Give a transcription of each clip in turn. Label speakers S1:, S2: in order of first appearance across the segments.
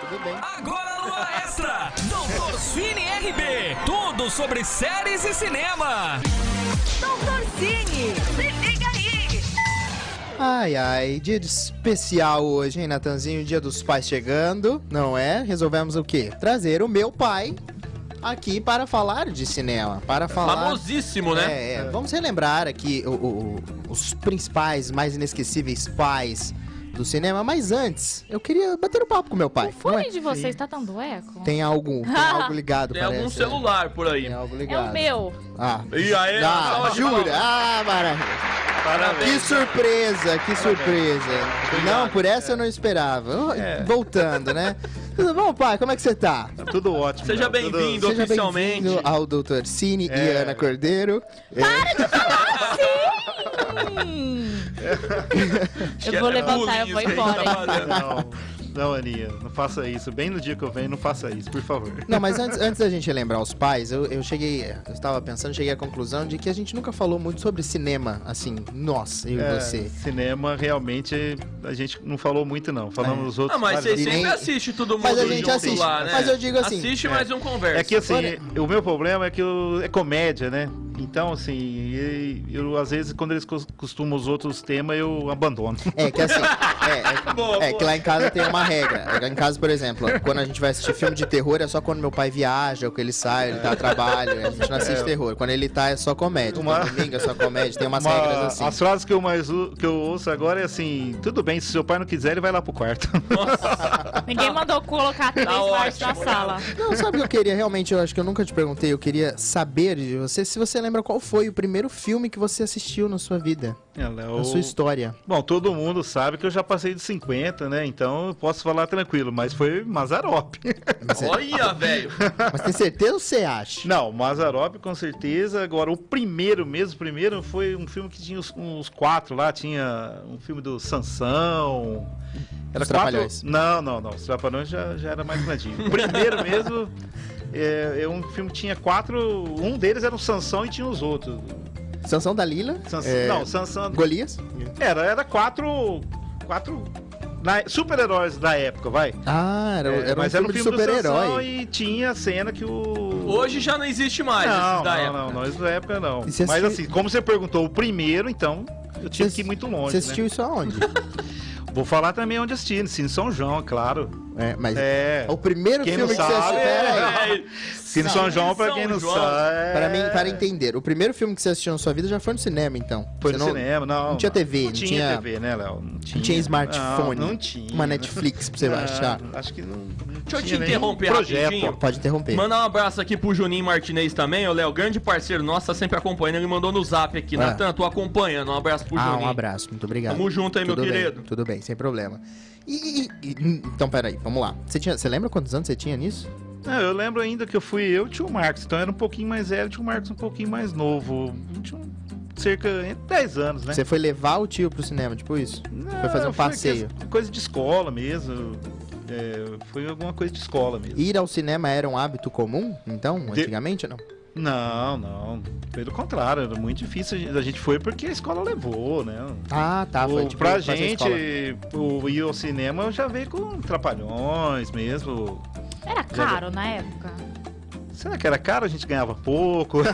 S1: Tudo bem.
S2: Agora no Hora Extra, Doutor Cine RB. Tudo sobre séries e cinema.
S3: Doutor Cine, se liga aí.
S1: Ai, ai, dia de especial hoje, hein, Natanzinho? Dia dos pais chegando, não é? Resolvemos o quê? Trazer o meu pai aqui para falar de cinema, para falar...
S4: Famosíssimo, né?
S1: É, é. Vamos relembrar aqui o- o- o- os principais, mais inesquecíveis pais do cinema, mas antes, eu queria bater um papo com meu pai.
S5: O fone
S1: não é?
S5: de vocês tá dando eco?
S1: Tem algum, tem algo ligado,
S4: Tem
S1: parece.
S4: algum
S1: né?
S4: celular por aí.
S1: Tem algo
S5: É
S1: ligado.
S5: o meu.
S1: Ah,
S4: E aí, uma
S1: ah
S4: salva de
S1: jura?
S4: palmas.
S1: Ah, maravilha. Que
S4: Parabéns.
S1: surpresa, que surpresa. Não, por essa
S4: É.
S1: eu não esperava. Voltando, né? Tudo bom, pai? Como é que você tá?
S6: Tudo ótimo.
S4: Seja
S6: Léo, tudo-
S4: bem-vindo.
S1: Seja
S4: Oficialmente.
S1: bem-vindo ao Dr. Cine e
S6: É.
S1: Ana Cordeiro. É.
S4: Acho que
S5: Eu vou
S4: é
S5: levantar, eu
S4: bullying isso que
S5: vou
S4: a gente
S5: embora.
S4: tá fazendo.
S6: Não, não, Aninha, não faça isso. Bem no dia que eu venho, não faça isso, por favor.
S1: Não, mas antes, antes da gente lembrar os pais, eu, eu cheguei, eu estava pensando, cheguei à conclusão de que a gente nunca falou muito sobre cinema, assim, nós, eu
S6: É,
S1: e você.
S6: Cinema, realmente, a gente não falou muito, não. Falamos
S1: É.
S6: os outros.
S4: Ah, mas
S6: vários
S4: vocês sempre
S1: nem-
S4: assistem todo mundo
S1: Mas a gente
S4: junto
S1: assiste,
S4: lá, né?
S1: mas eu digo assim,
S4: Assiste,
S6: é.
S4: mais um conversa.
S6: É que assim,
S1: Olha-
S6: o meu problema é que eu- é comédia, né? Então, assim, e- eu às vezes, quando eles cos- costumam os outros temas, eu abandono.
S1: É que assim, é, é-
S4: Boa,
S1: é que lá em casa tem uma regra. Lá em casa, por exemplo, quando a gente vai assistir filme de terror é só quando meu pai viaja, ou que ele sai, ele tá a trabalho, a gente não assiste terror. Quando ele tá é só comédia.
S6: Uma-
S1: Quando domingo é só comédia, tem umas
S6: Uma-
S1: regras assim.
S6: As frases que eu mais u- que eu ouço agora é assim: tudo bem, se seu pai não quiser, ele vai lá pro quarto.
S5: Ninguém mandou colocar três
S4: Tá
S5: partes na
S4: ótimo.
S5: sala.
S1: Não, sabe o que eu queria realmente? Eu acho que eu nunca te perguntei. Eu queria saber de você se você lembra qual foi o primeiro filme que você assistiu na sua vida,
S6: Ela é
S1: na sua
S6: o-
S1: história.
S6: Bom, todo mundo sabe que eu já passei de 50, né? Então eu posso falar tranquilo, mas foi Mazarop.
S1: Mas, é. você-
S4: Olha, velho.
S1: mas tem certeza ou você acha?
S6: Não, Mazarop com certeza. Agora, o primeiro mesmo, o primeiro foi um filme que tinha uns, uns quatro lá. Tinha um filme do Sansão.
S1: Os Trapalhões.
S6: Quatro... Não, não, não. Os Trapalhões já, já era mais grandinho. O primeiro mesmo é, é um filme que tinha quatro. Um deles era o Sansão e tinha os outros.
S1: Sansão da Lila?
S6: Sansão,
S1: É,
S6: Não, É. Sansão.
S1: Golias?
S6: Era, era quatro. Quatro. na- Super-heróis da época, vai.
S1: Ah, era,
S6: É,
S1: era um
S6: mas
S1: filme de
S6: do Sansão
S1: super-herói.
S6: E tinha a cena que o.
S4: Hoje já não existe mais
S6: não,
S4: esses da
S6: não,
S4: época.
S6: não, não, isso da época não.
S1: E você
S6: Mas
S1: assisti-
S6: assim, como você perguntou o primeiro, então eu tive
S1: Você
S6: que ir muito longe.
S1: Você assistiu
S6: né?
S1: isso aonde?
S6: Vou falar também onde assisti, no Cine São João, é claro.
S1: É, mas
S6: É.
S1: é o primeiro
S6: Quem
S1: filme que
S6: não
S1: você
S6: sabe
S1: assistiu. Pera aí.
S6: é- Cine São João, pra
S4: São
S6: quem não
S4: João.
S6: sabe. é,
S1: Pra mim, para entender, o primeiro filme que você assistiu na sua vida já foi no cinema, então.
S6: Foi
S1: Você
S6: no
S1: não-
S6: cinema, não.
S1: não tinha TV, não
S6: não tinha,
S1: tinha-
S6: TV, né, Léo? Não tinha,
S1: tinha smartphone,
S6: Não, não tinha. É.
S1: Uma Netflix pra você
S6: Não,
S1: baixar.
S6: Acho que não.
S4: Deixa eu te
S6: tinha nem
S4: interromper rapidinho.
S6: projeto.
S1: Pode interromper.
S4: Mandar um abraço aqui pro Juninho Martinez também, o Léo, grande parceiro nosso, tá sempre acompanhando. Ele mandou no zap aqui,
S1: É.
S4: Natan, tô acompanhando. Um abraço pro
S1: ah,
S4: Juninho.
S1: um abraço, muito obrigado.
S4: Tamo junto aí, meu
S1: Tudo bem,
S4: querido.
S1: Tudo bem, sem problema. E, e- e- então, peraí, vamos lá. Você, tinha, você lembra quantos anos você tinha nisso?
S6: Não, eu lembro ainda que eu fui eu e o tio Marcos. Então era um pouquinho mais velho, o tio Marcos um pouquinho mais novo. Tinha um- cerca entre 10 anos, né?
S1: Você foi levar o tio pro cinema, tipo isso?
S6: Não,
S1: foi fazer um passeio.
S6: que- coisa de escola mesmo. É, foi alguma coisa de escola mesmo.
S1: Ir ao cinema era um hábito comum, então,
S6: De-
S1: antigamente não?
S6: Não, não. Pelo contrário, era muito difícil. A gente- A gente foi porque a escola levou, né?
S1: Ah, tá, foi
S6: o,
S1: tipo
S6: pra
S1: fazer
S6: gente,
S1: escola.
S6: o, ir ao cinema eu já veio com trapalhões mesmo.
S5: Era caro na época?
S6: Será que era caro? A gente ganhava pouco.
S4: Não,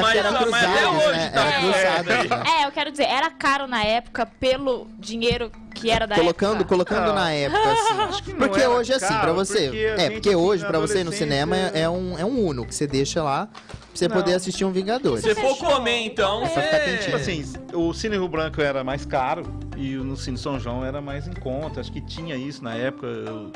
S4: mas,
S1: Era Tá
S4: mas
S1: cruzado,
S6: é
S4: até hoje
S1: né?
S4: tá
S1: Era
S4: certo.
S1: cruzado, né?
S5: É, eu quero dizer, era caro na época pelo dinheiro que era da
S1: colocando,
S5: época.
S1: colocando
S6: Ah.
S1: na época, assim.
S6: Acho que não
S1: Porque
S6: era
S1: hoje, assim,
S6: caro,
S1: pra você.
S6: porque a
S1: é,
S6: gente,
S1: porque
S6: assim,
S1: hoje,
S6: na
S1: pra você ir no cinema, é,
S6: adolescência-
S1: é um, é um Uno que você deixa lá pra você
S6: Não.
S1: poder assistir um Vingadores.
S4: Se for comer, então,
S5: É.
S4: você...
S1: Pra ficar quentinho.
S6: Tipo assim, o Cine Rio Branco era mais caro e o no Cine São João era mais em conta. Acho que tinha isso na época. eu-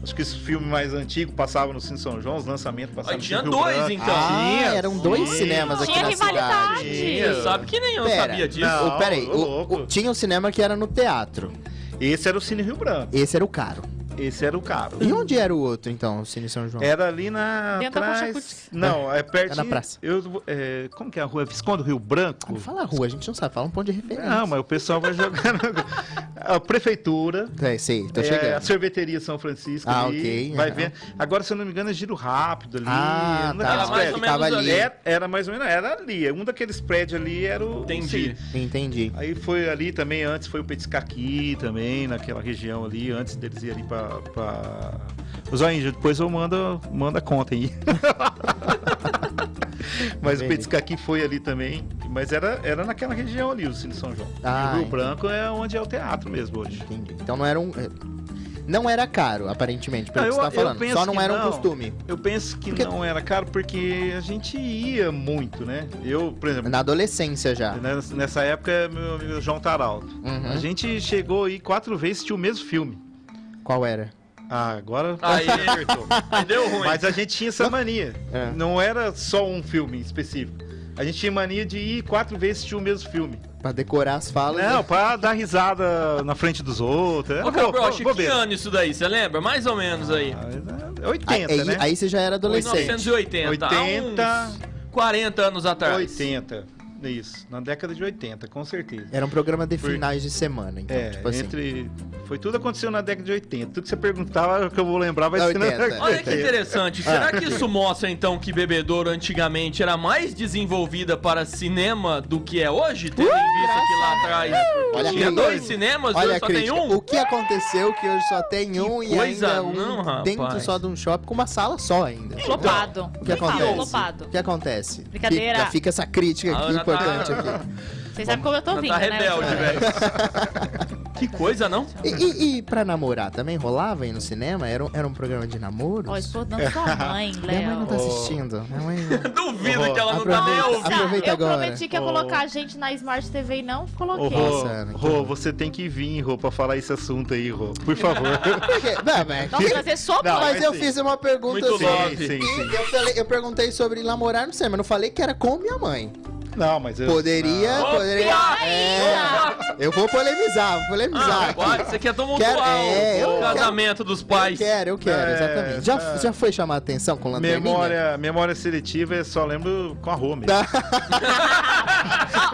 S6: Acho que esse filme mais antigo passava no Cine São João, os lançamentos passavam
S4: Aí
S6: no
S4: tinha
S6: Cine Rio
S4: dois,
S6: Branco.
S4: então.
S1: Ah,
S6: Tinha,
S1: eram dois
S6: sim.
S1: cinemas aqui
S5: Tinha
S1: na
S5: rivalidade.
S1: cidade.
S6: Tinha.
S4: Você sabe que nem eu
S1: Pera,
S4: sabia disso.
S6: não.
S1: O- peraí,
S6: ô,
S1: o-
S6: louco.
S1: o- tinha um cinema que era no teatro.
S6: Esse era o Cine Rio Branco.
S1: Esse era o caro.
S6: Esse era o caro.
S1: E onde era o outro, então, o Cine São João?
S6: Era ali na.
S5: Dentro da
S6: Atrás...
S5: Pachacuti.
S6: Não, é perto.
S1: É na praça.
S6: Eu, é, como que é a rua? Visconde Rio Branco?
S1: Ah, não fala a rua, a gente não sabe, fala um ponto de referência.
S6: Não, mas o pessoal vai jogar. na- a prefeitura.
S1: É, sei, tô
S6: É, a
S1: chegando.
S6: cerveteria São Francisco.
S1: Ah,
S6: ali,
S1: ok,
S6: Vai
S1: aham.
S6: ver. Agora, se eu não me engano, é giro rápido ali.
S1: Ah,
S6: um
S1: tá.
S6: daqueles
S4: Era mais ou
S6: prédios.
S1: Ficava
S4: menos
S1: ali.
S6: É, era mais ou menos, era ali. Um daqueles prédios ali era o.
S4: Entendi.
S6: sim.
S1: Entendi.
S6: Aí foi ali também, antes foi o Petiscaqui também, naquela região ali, antes deles irem pra pra. pra... Ô, Zoinho, depois eu mando, mando a conta aí. mas o
S1: Entendi.
S6: Petiscaqui foi ali também. Mas era, era naquela região ali, o Cine São João.
S1: Ah,
S6: e o Rio
S1: entendi.
S6: Branco é onde é o teatro mesmo hoje.
S1: Entendi. Então não era um. Não era caro, aparentemente, pelo
S6: Não,
S1: que você
S6: eu-
S1: tá
S6: eu
S1: falando.
S6: penso
S1: Só não
S6: que
S1: era um
S6: não.
S1: costume.
S6: Eu penso que
S1: Porque-
S6: não era caro porque a gente ia muito, né? Eu, por exemplo, né,
S1: Na adolescência já.
S6: nessa- nessa época, meu amigo João Taralto.
S1: Uhum.
S6: A gente chegou aí quatro vezes assistiu o mesmo filme.
S1: Qual era?
S6: Ah, agora
S4: Tá Aí.
S6: acertou.
S4: Deu ruim.
S6: Mas a gente tinha essa mania.
S1: É.
S6: Não era só um filme específico. A gente tinha mania de ir quatro vezes assistir o mesmo filme.
S1: Pra decorar as falas.
S6: Não,
S1: né?
S6: pra dar risada na frente dos outros. Era
S4: Ô, Cabral,
S6: bo-
S4: acho que
S6: bobeira.
S4: ano isso daí, você lembra? Mais ou menos aí.
S6: Ah, é
S1: Aí,
S6: 80,
S1: aí-
S6: né?
S1: aí você já era adolescente.
S4: 1980. há uns 40 anos atrás.
S6: 80. Isso, na década de 80, com certeza.
S1: Era um programa de
S6: Foi-
S1: finais de semana, então.
S6: É,
S1: tipo assim.
S6: entre. Foi tudo aconteceu na década de 80. Tudo que você perguntava, o que eu vou lembrar vai ser na
S1: 80,
S6: década de
S4: Olha que
S6: 80.
S4: interessante.
S1: Ah.
S4: Será que isso mostra então que Bebedouro antigamente era mais desenvolvida para cinema do que é hoje? Tendo em vista que lá atrás
S1: Olha a
S4: tinha
S1: crítica.
S4: dois cinemas e
S1: Olha
S4: hoje
S1: a
S4: só tem
S1: crítica.
S4: um?
S1: O que aconteceu que hoje só tem um e
S4: coisa
S1: ainda um
S4: não, rapaz.
S1: dentro só de um shopping com uma sala só ainda.
S5: Então, Flopado.
S1: Então, O que acontece?
S5: Fala, Flopado.
S1: O que acontece?
S5: Brincadeira.
S1: Fica, fica essa crítica
S4: A
S1: aqui,
S4: Ana tá-
S1: importante aqui.
S5: Vocês sabem como eu tô
S4: Ela
S5: vindo,
S4: tá
S5: né?
S4: rebelde, velho. que coisa, não?
S1: E, e, e pra namorar também rolava aí no cinema? Era um, era um programa de namoros?
S5: Ó, explorando sua mãe,
S1: Minha mãe não tá
S5: Léo.
S1: assistindo. Minha mãe não-
S4: Duvido
S6: Ó,
S4: que ela não tá nem
S1: aproveita-
S4: ouvindo.
S1: Aproveita
S5: eu
S1: agora.
S5: prometi que ia
S6: Ô.
S5: colocar a gente na Smart TV e não
S6: Ô,
S5: coloquei.
S6: Rô,
S1: Nossa, né, então. Ana, que
S6: Rô,
S1: horror.
S6: você tem que vir, Rô, pra falar esse assunto aí, Rô. Por favor.
S1: Por quê? Não, mas-
S5: Nossa, mas você só
S6: Não,
S5: pode.
S1: mas eu
S6: sim.
S1: fiz uma pergunta
S4: Muito
S1: assim.
S4: bom.
S1: E Eu, falei- eu perguntei sobre namorar no cinema. Eu não falei que era com minha mãe.
S6: Não, mas eu.
S1: Poderia.
S6: Ah.
S4: Não.
S1: poderia
S5: Pior
S1: é, eu vou polemizar, vou polemizar.
S4: Ah,
S1: aqui.
S4: pode, você quer todo mundo
S1: Quero-
S4: doar o-
S1: é, eu
S4: o casamento dos
S1: Eu
S4: pais.
S1: quero, eu quero,
S6: É,
S1: exatamente. Já,
S6: tá.
S1: já foi chamar a atenção com
S6: não.
S1: lanterninha?
S6: Memória, memória seletiva eu só lembro com a Rô mesmo.
S1: Tá.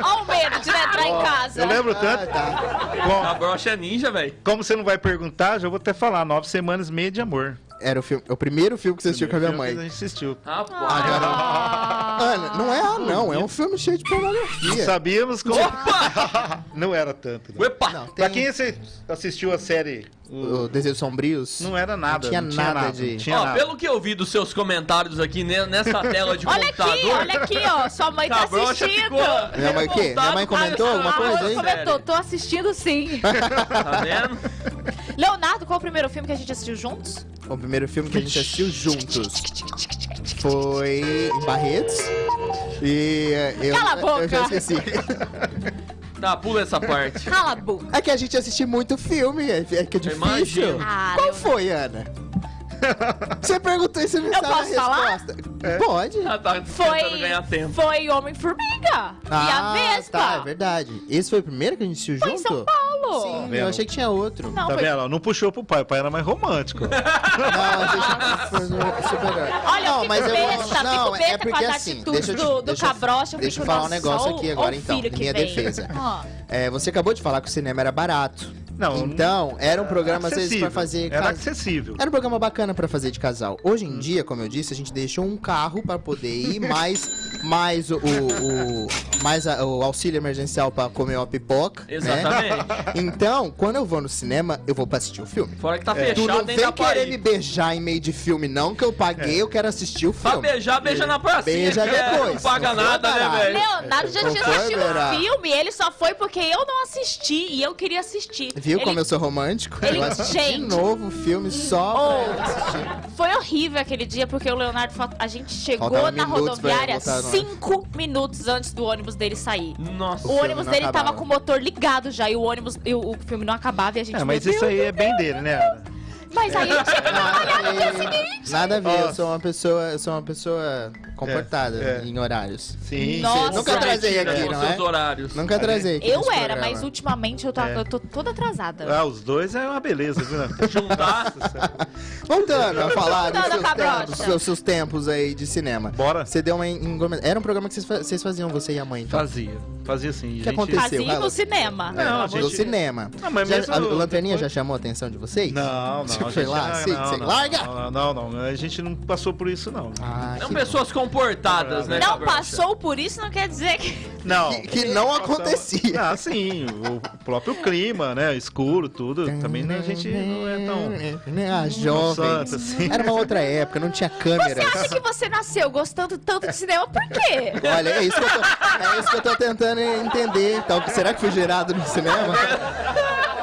S5: Ó, ó o medo de entrar em casa.
S6: Eu lembro
S1: Ah,
S6: tanto.
S1: tá.
S6: Bom,
S4: A brocha é ninja, velho.
S6: como você não vai perguntar, já vou até falar. Nove semanas e meia de amor.
S1: Era o, filme, o primeiro filme que você assistiu com a minha
S6: Filme que A
S1: mãe.
S6: gente assistiu.
S1: Ah,
S4: Rapaz.
S1: Ana, não é ah, não, é um filme cheio de
S6: Não
S1: pornografia.
S6: sabíamos como. não era tanto. Né?
S4: Uepa!
S1: Não, tem
S6: Pra quem você assistiu a série,
S1: o
S6: o-
S1: Desejos Sombrios.
S6: não era nada.
S1: Não tinha nada de-
S6: não tinha
S4: Ó,
S6: nada.
S4: pelo que eu vi dos seus comentários aqui ne- nessa tela de
S5: Olha
S4: computador,
S5: aqui, olha aqui, ó. Sua mãe tá
S4: a brocha
S5: assistindo.
S4: ficou.
S1: Minha mãe o quê? Minha mãe
S4: revoltada com
S1: comentou
S5: a,
S1: alguma
S5: a
S1: coisa
S5: Rose
S1: aí?
S5: comentou, tô assistindo sim.
S4: Tá vendo?
S5: Leonardo, qual o primeiro filme que a gente assistiu juntos?
S1: O primeiro filme que a gente assistiu juntos foi em Barretos. E eh, eu,
S5: Cala a boca.
S1: eu já esqueci.
S4: Tá, pula essa parte.
S5: Cala a boca.
S1: É que a gente assiste muito filme, é é que é difícil.
S4: imagino.
S5: Ah,
S1: Qual
S5: Leonardo.
S1: foi, Ana? Você perguntou e você me
S5: Eu
S1: sabe a
S5: posso falar?
S1: resposta.
S6: É.
S1: Pode.
S4: Ela tá tentando
S5: Foi,
S4: ganhar tempo.
S5: foi Homem-Formiga e a Vespa.
S1: Ah, Tá, é verdade. Esse foi o primeiro que a gente assistiu
S5: Foi em
S1: junto?
S5: São Paulo.
S1: Sim,
S6: Tá Vendo.
S1: eu achei que tinha outro.
S5: Não,
S6: Tá
S5: foi...
S6: vendo? Não puxou pro pai, o pai era mais romântico.
S1: Não, a gente foi no superior.
S5: Olha, eu
S1: não,
S5: fico
S1: mas eu
S5: besta,
S1: não,
S5: fico besta
S1: é
S5: com
S1: porque
S5: as
S1: assim,
S5: atitudes
S1: deixa eu te-
S5: do, do
S1: deixa eu-
S5: cabrocha. Eu
S1: deixa eu
S5: fico,
S1: falar um
S5: nossa,
S1: negócio
S5: ó,
S1: aqui
S5: o-
S1: agora,
S5: ó o
S1: então,
S5: filho
S1: em
S5: que
S1: minha
S5: vem.
S1: defesa.
S5: Ó.
S1: É, você acabou de falar que o cinema era barato.
S6: Não, é
S1: então, era um programa às vezes
S6: acessível.
S1: pra fazer
S6: Era
S1: casa-
S6: acessível.
S1: Era um programa bacana pra fazer de casal. Hoje
S6: Hum.
S1: em dia, como eu disse, a gente deixou um carro pra poder ir, mais, mais o, o- o- mais a- o auxílio emergencial pra comer uma pipoca. né?
S4: Exatamente.
S1: Então, quando eu vou no cinema, eu vou pra assistir o filme.
S4: Fora que tá
S1: É.
S6: É
S1: Tu não
S4: fechado dentro
S1: vem
S4: da
S1: querer me
S4: parede.
S1: beijar em meio de filme, não, que eu
S6: É.
S1: paguei, eu quero assistir o
S4: Pra
S1: filme.
S4: beijar, beija na pracinha.
S1: Beija
S4: que é-
S1: depois.
S4: Não paga
S1: Não foi
S4: nada,
S1: barato.
S4: né, velho?
S5: Leonardo já
S1: Não
S5: tinha
S1: foi,
S5: assistido
S1: Vera?
S5: um filme, ele só foi porque eu não assisti e eu queria assistir.
S1: Viu
S5: ele...
S1: como eu sou romântico?
S5: ele-
S1: Eu assisti de
S5: gente. Oh.
S1: novo o filme só pra eu assistir.
S5: Foi horrível aquele dia, porque o Leonardo, falt- a gente chegou
S1: Faltava
S5: na
S1: minutos pra ele
S5: rodoviária
S1: voltar, não é?
S5: cinco minutos antes do ônibus dele sair.
S4: Nossa.
S5: O ônibus
S1: não
S5: dele
S1: acabava.
S5: tava com o motor ligado já, e o ônibus, e o, o filme não acabava e a gente.
S6: É, mas
S5: meu
S6: isso
S5: Deus,
S6: aí é bem dele, né? Ana?
S5: Mas aí ele tinha
S1: É,
S5: que trabalhar no dia é seguinte.
S1: Nada a ver, eu
S6: Nossa.
S1: sou uma pessoa, eu sou uma pessoa comportada
S6: É, é.
S1: em horários.
S6: Sim.
S5: Nossa.
S6: sim.
S1: Nunca atrasei
S4: Mentira,
S1: aqui,
S4: com
S1: não
S4: seus
S1: é?
S4: horários.
S1: Nunca atrasei aqui.
S5: Eu
S1: nesse
S5: era,
S1: programa.
S5: mas ultimamente eu tô,
S6: É.
S5: eu tô toda atrasada.
S6: Ah, os dois é uma beleza, viu? né?
S4: Juntar.
S1: Voltando a falar dos
S5: Voltando,
S1: seus
S5: cabrocha.
S1: tempos, seus, seus tempos aí de cinema.
S6: Bora.
S1: Você deu uma engome... Era um programa que vocês fa- vocês faziam, você e a mãe, então.
S6: Fazia. Fazia assim.
S1: que aconteceu? É,
S5: Fazia
S1: vai lá.
S5: no cinema.
S6: Não, a
S1: Do
S6: gente-
S1: cinema.
S6: Não, mas
S1: Já-
S6: mesmo
S1: a Lanterninha
S6: depois-
S1: já chamou a atenção de vocês?
S6: Não,
S1: Você
S6: não. a
S1: foi
S6: gente-
S1: lá,
S6: ah,
S1: assim, você
S6: não,
S1: larga?
S6: Não, não, não, não, A gente não passou por isso, não.
S1: Ah,
S4: São
S1: que-
S4: pessoas comportadas, né?
S1: é,
S5: Não
S4: Gabriel?
S5: passou por isso, não quer dizer que.
S6: Não.
S1: que, que não acontecia.
S6: Ah, sim, o próprio clima, né? Escuro, tudo. Também né, a gente não é tão
S1: A
S6: santo
S1: jovem.
S6: assim.
S1: né? Ah, Era uma outra época, não tinha
S5: Você
S1: câmera.
S5: acha que você nasceu gostando tanto de cinema por quê?
S1: Olha, é isso, que eu tô, é isso que eu tô tentando entender. Então, será que foi gerado no cinema?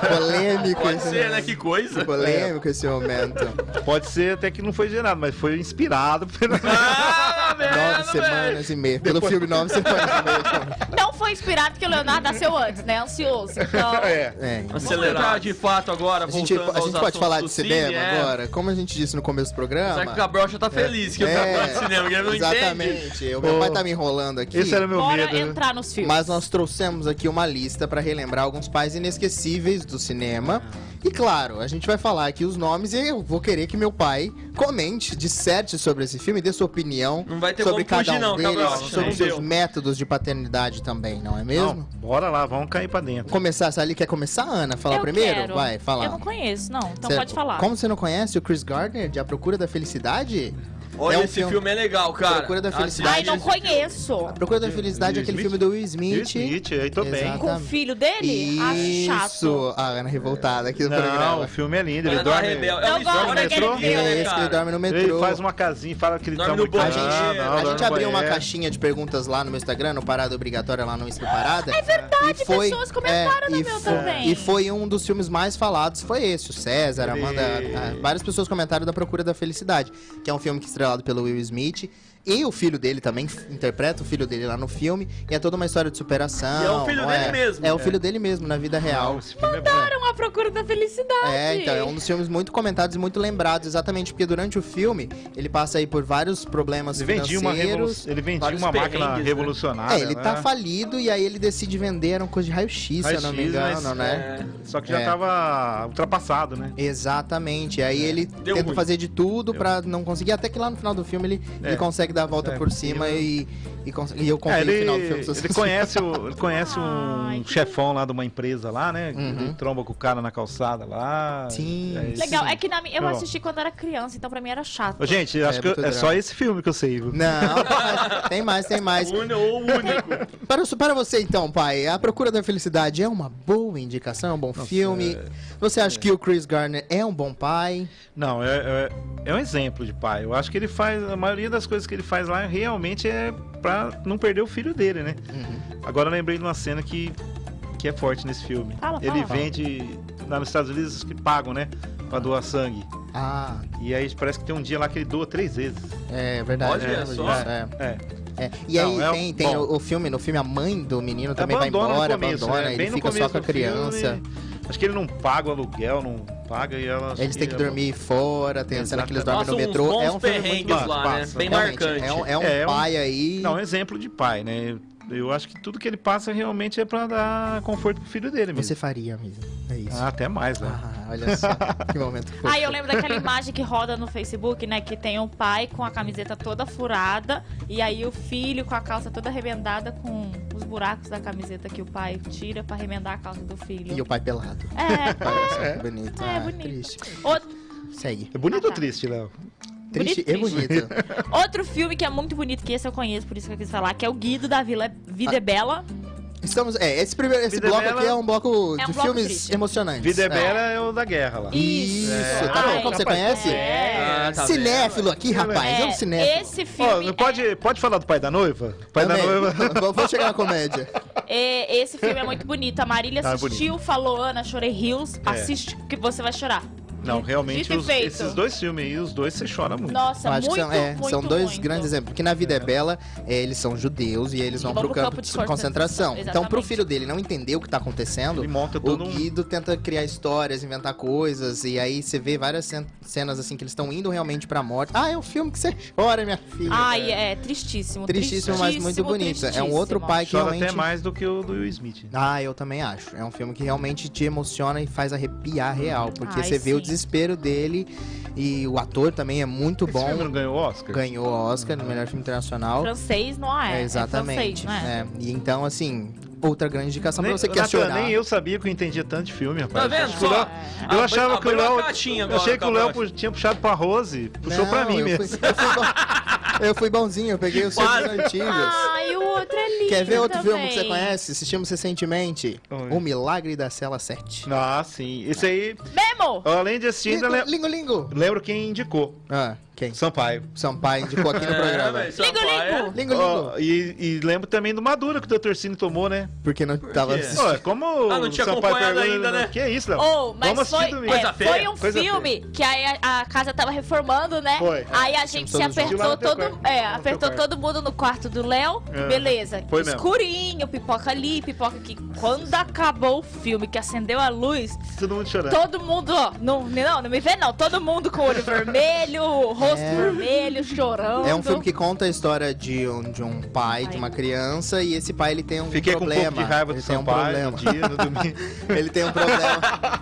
S1: Polêmico
S4: Pode
S1: esse
S4: ser, né?
S1: momento.
S4: Que coisa.
S1: Polêmico esse momento.
S6: Pode ser até que não foi gerado, mas foi inspirado pela.
S4: Ah,
S1: Nove
S4: velho, velho.
S1: semanas e meia. Pelo filme, nove semanas e meia.
S5: Não foi inspirado que o Leonardo nasceu antes, né? Ansioso. Então,
S6: É.
S1: É.
S4: Vamos entrar de fato agora,
S1: A gente,
S4: voltando
S1: a
S4: aos
S1: gente
S4: assuntos
S1: pode falar
S4: do
S1: de cinema
S4: cine, é.
S1: agora? Como a gente disse no começo do programa. é,
S4: Será que o Gabriel já tá feliz que eu tava falando de cinema? Ele não entende.
S1: Exatamente. O meu
S6: Ô,
S1: pai tá me enrolando aqui.
S6: Esse era meu
S5: bora
S6: medo. né?
S5: entrar nos filmes.
S1: Mas nós trouxemos aqui uma lista pra relembrar alguns pais inesquecíveis do cinema.
S4: Ah.
S1: E claro, a gente vai falar aqui os nomes e eu vou querer que meu pai comente, disserte sobre esse filme, dê sua opinião
S4: Não vai ter
S1: sobre cada
S4: como fugir,
S1: um
S4: não,
S1: deles,
S4: Cabral.
S1: sobre
S4: Não
S1: seus
S4: deu.
S1: métodos de paternidade também, não é mesmo?
S6: Não, bora lá, vamos cair pra dentro.
S1: Começar essa ali, quer começar, Ana? Falar
S5: Eu
S1: primeiro?
S5: quero.
S1: Vai, fala.
S5: Eu não conheço, não. Então
S1: Cê-
S5: pode falar.
S1: Como você não conhece o Chris Gardner de A Procura da Felicidade?
S4: Olha,
S1: É um
S4: esse filme... é legal, cara.
S1: Procura da
S4: Assiste.
S1: Felicidade.
S5: Ai, não conheço.
S1: A Procura da Felicidade é
S6: Will
S1: aquele
S6: Smith?
S1: filme do Will Smith.
S6: Will Smith, aí tô bem.
S1: Exato.
S5: Com o filho dele? Acho chato.
S1: Isso, a Ah, Ana revoltada aqui do
S6: Não, o
S1: programa.
S6: filme é lindo, ele
S4: Ela tá
S6: dorme.
S4: rebel.
S5: Eu
S4: É uma
S5: gosto
S4: história que
S5: daquele
S4: ele
S5: filme.
S1: É
S4: né,
S1: esse que ele
S4: cara?
S1: dorme no
S6: Ele
S1: metrô.
S6: faz uma casinha, fala que ele
S4: Dorme
S6: tá
S4: no
S6: muito
S1: A
S4: banheiro.
S1: gente,
S4: Ah, não,
S1: a
S4: dorme
S1: gente abriu uma caixinha de perguntas lá no meu Instagram, no Parada Obrigatória, lá no Insta Parada. É
S5: verdade, pessoas comentaram no
S1: e
S5: meu
S1: foi-
S5: também.
S1: E foi um dos filmes mais falados, foi esse. O César,
S6: Olha
S1: Amanda,
S6: aí.
S1: a- várias pessoas comentaram da Procura da Felicidade, que é um filme que é estrelado pelo Will Smith. E o filho dele também f- interpreta o filho dele lá no filme. E é toda uma história de superação.
S4: E é o filho
S1: não
S4: dele
S1: é?
S4: mesmo.
S1: É o filho dele mesmo, na vida real.
S6: Esse filme é bom.
S5: Foram à procura da felicidade.
S1: É, então, é um dos filmes muito comentados e muito lembrados, exatamente porque durante o filme ele passa aí por vários problemas
S6: Ele vendia uma, revolu...
S1: financeiros.
S6: ele vendia
S4: vários
S6: uma máquina
S4: perrengues, né?
S6: revolucionária.
S1: É, ele tá
S6: né?
S1: falido e aí ele decide vender, era uma coisa de raio-x, se eu não me
S6: Raio-x, mas-
S1: engano, né?
S4: É.
S6: Só que já
S1: É.
S6: tava ultrapassado, né?
S1: Exatamente. E aí ele
S4: Deu
S1: tenta
S4: ruim.
S1: fazer de tudo
S6: É. Deu
S1: pra não conseguir, até que lá no final do filme ele,
S6: É.
S1: ele consegue dar a volta
S6: É,
S1: por cima e, e, cons- e eu confio
S6: É,
S1: no
S6: ele,
S1: final do filme. se eu
S6: ele
S1: sou-
S6: conhece, o- ele conhece um
S5: Ai, que
S6: chefão lá de uma empresa lá, né?
S1: Uhum.
S6: Ele tromba com o cara na calçalada lá.
S1: Sim.
S6: É isso.
S5: Legal, é que na minha- eu
S6: Bom.
S5: assisti quando era criança, então pra mim era chato.
S6: Ô, Gente, eu acho
S1: É,
S6: que eu-
S1: muito
S6: é só esse filme que eu sei, viu?
S1: Não, tem mais, tem mais.
S4: Uno ou único.
S1: Para, o- para você então, pai, A Procura da Felicidade é uma boa indicação, é um bom filme? Você acha que o Chris Garner é um bom pai?
S6: Não, é, é- é um exemplo de pai. Eu acho que ele faz. A maioria das coisas que ele faz lá realmente é pra não perder o filho dele, né?
S1: Uhum.
S6: Agora eu lembrei de uma cena que, que é forte nesse filme.
S5: Fala, fala.
S6: ele vende. Lá nos Estados Unidos que pagam, né? Pra doar sangue.
S1: Ah,
S6: E aí parece que tem um dia lá que ele doa três vezes.
S1: é verdade.
S4: Olha
S1: né?
S4: só.
S1: É,
S6: É.
S1: é. E aí
S6: Não, é um-
S1: tem, tem
S6: bom. É
S1: o, o filme, no filme a mãe do menino também vai
S6: no
S1: embora,
S6: começo,
S1: abandona,
S6: né? Bem
S1: ele
S6: no
S1: fica só
S6: começo
S1: com a
S6: do filme,
S1: criança.
S6: ele- Acho que ele não paga o aluguel, não paga e ela. acho
S1: Eles têm que
S6: ela-
S1: dormir fora, tem a cena que eles dormem
S4: Nossa,
S1: no
S4: uns
S1: metrô.
S4: bons
S1: É um filme muito
S4: perrengues lá, né?
S6: massa.
S4: Bem
S1: Realmente,
S4: marcante.
S1: É um, é um
S6: É, é um-
S1: pai aí.
S6: Não, é um exemplo de pai, né? Eu acho que tudo que ele passa realmente é pra dar conforto pro filho dele mesmo.
S1: Você faria mesmo. É isso.
S6: Ah, até mais, né?
S1: Ah, olha só. que momento fofo.
S5: Aí eu lembro daquela imagem que roda no Facebook, né? Que tem um pai com a camiseta toda furada e aí o filho com a calça toda remendada com os buracos da camiseta que o pai tira pra remendar a calça do filho.
S1: E o pai pelado.
S5: É,
S1: Olha só que bonito.
S5: É,
S1: Ah,
S5: bonito.
S1: Triste.
S5: outro,
S1: Segue.
S6: É bonito
S5: Ah,
S6: ou
S5: tá.
S6: triste, Léo?
S1: Triste
S5: Bonito,
S1: e
S5: triste.
S1: bonito.
S5: outro filme que é muito bonito, que esse eu conheço, por isso que eu quis falar, que é o Guido da Vila Vida é
S1: Ah.
S5: Bela.
S1: Estamos. É, esse primeiro. Esse
S6: Vida
S1: bloco
S6: Bela-
S1: aqui é um bloco
S5: É um
S1: de
S5: bloco
S1: filmes
S5: triste.
S1: emocionantes.
S6: Vida é bela é o da guerra lá.
S1: Isso.
S5: Isso.
S1: Tá
S5: Ai,
S1: bom, como você
S6: rapaz,
S1: conhece?
S5: é.
S4: Ah, tá
S1: cinéfilo aqui, rapaz. É, um cinéfilo.
S5: esse filme. é,
S6: Ó, não pode, pode falar do pai da noiva? Pai
S1: Também.
S6: da noiva.
S1: Vou- Vou chegar na comédia.
S5: É, esse filme é muito bonito. A Marília
S6: Tá
S5: assistiu, falou, Ana, chorei rios. Assiste que você vai chorar.
S6: É. Não,
S5: Dito
S6: realmente
S5: e
S6: os-
S5: feito.
S6: esses dois filmes aí, os dois você chora muito.
S5: Nossa,
S1: Eu acho
S5: muito,
S1: que são, é,
S5: muito,
S1: são dois
S5: muito.
S1: grandes exemplos. Porque na vida é, bela, é, eles são judeus e eles vão pro, campo, de concentração. Então, pro
S5: Exatamente.
S1: filho dele não entender o que tá acontecendo,
S6: Ele monta
S1: o
S6: todo um.
S1: Guido tenta criar histórias, inventar coisas. E aí você vê várias cen- cenas assim que eles estão indo realmente pra morte. Ah, é um filme que você chora, minha filha.
S5: Ai, é tristíssimo.
S1: né? Tristíssimo, mas muito bonito. É um outro
S5: tristíssimo.
S1: pai que
S6: Chora até
S1: realmente.
S6: mais do que o do Will Smith.
S1: Ah, eu também acho. É um filme que realmente te emociona e faz arrepiar real. Porque
S5: Uhum. Ai,
S1: você vê o
S5: sim.
S1: desespero dele e o ator também é muito
S6: Esse filme
S1: bom.
S6: não ganhou Oscar?
S1: Ganhou o Oscar no melhor filme internacional.
S5: Francês não é.
S1: É, exatamente.
S5: É francês, não é?
S1: né? E então, assim, outra grande indicação
S6: Nem,
S1: pra você que quer
S6: Nathan,
S1: chorar.
S6: nem eu sabia que eu entendia tanto de filme, rapaz.
S4: Tá vendo
S6: Acho que o Léo-
S4: só?
S6: Eu
S4: Abri-
S6: achava que o
S4: abriu a
S6: Léo.
S4: caixinha
S6: Eu
S4: agora,
S6: achei que o Léo
S4: Cabral.
S6: pu- tinha puxado pra Rose, puxou
S1: Não,
S6: pra mim
S1: eu
S6: mesmo.
S1: fui- eu fui bo- eu fui bonzinho, eu peguei os filmes antigos.
S5: Ai, o outro é lindo
S1: Quer ver outro
S5: também.
S1: filme que você conhece? Assistimos recentemente.
S6: Oi.
S1: O Milagre da Cela 7.
S6: Ah, sim. Esse aí,
S5: Memo!
S6: além de assistir, ainda le-
S1: Lingo, lingo.
S6: lembro quem indicou.
S1: Ah, quem?
S6: Sampaio.
S1: Sampaio indicou aqui no programa.
S4: velho,
S5: Ligo,
S4: Sampaio.
S5: ligo.
S1: Lingo, lingo.
S6: É, Ó, e, e lembro também do Madura que o Doutorcini tomou, né?
S1: Porque não tava
S4: quê?
S1: assistindo.
S6: Ó, é como
S4: Ah, não tinha
S6: o
S4: acompanhado
S6: pergunta,
S4: ainda, né?
S6: Que é isso, Léo?
S7: Oh,
S6: Vamos
S7: mas foi,
S6: assistir
S7: é,
S6: domingo.
S4: Coisa feia,
S7: foi um
S6: coisa
S7: filme que aí a, a casa tava reformando, né?
S6: Foi. é.
S7: Aí a gente se
S1: todos
S7: apertou
S6: juntos. Lá no teu
S7: todo,
S6: quarto.
S7: é,
S6: Lá no
S7: apertou
S6: teu quarto.
S7: todo mundo no quarto do Léo.
S6: É.
S7: Beleza.
S6: Foi mesmo.
S7: Escurinho, pipoca ali, pipoca aqui. Quando acabou o filme, que acendeu a luz,
S6: Todo mundo chorando.
S7: todo mundo, ó, não, não, não me vê não, todo mundo com o olho vermelho, o rosto
S1: É.
S7: vermelho, chorando.
S1: É um filme que conta a história de um, de um pai, de uma criança, e esse pai ele tem um
S6: Fiquei com um
S1: problema.
S6: pouco de raiva do tipo,
S1: ele tem um
S6: Sampaio
S1: problema.
S6: no dia, no domingo.
S1: Ele tem um problema.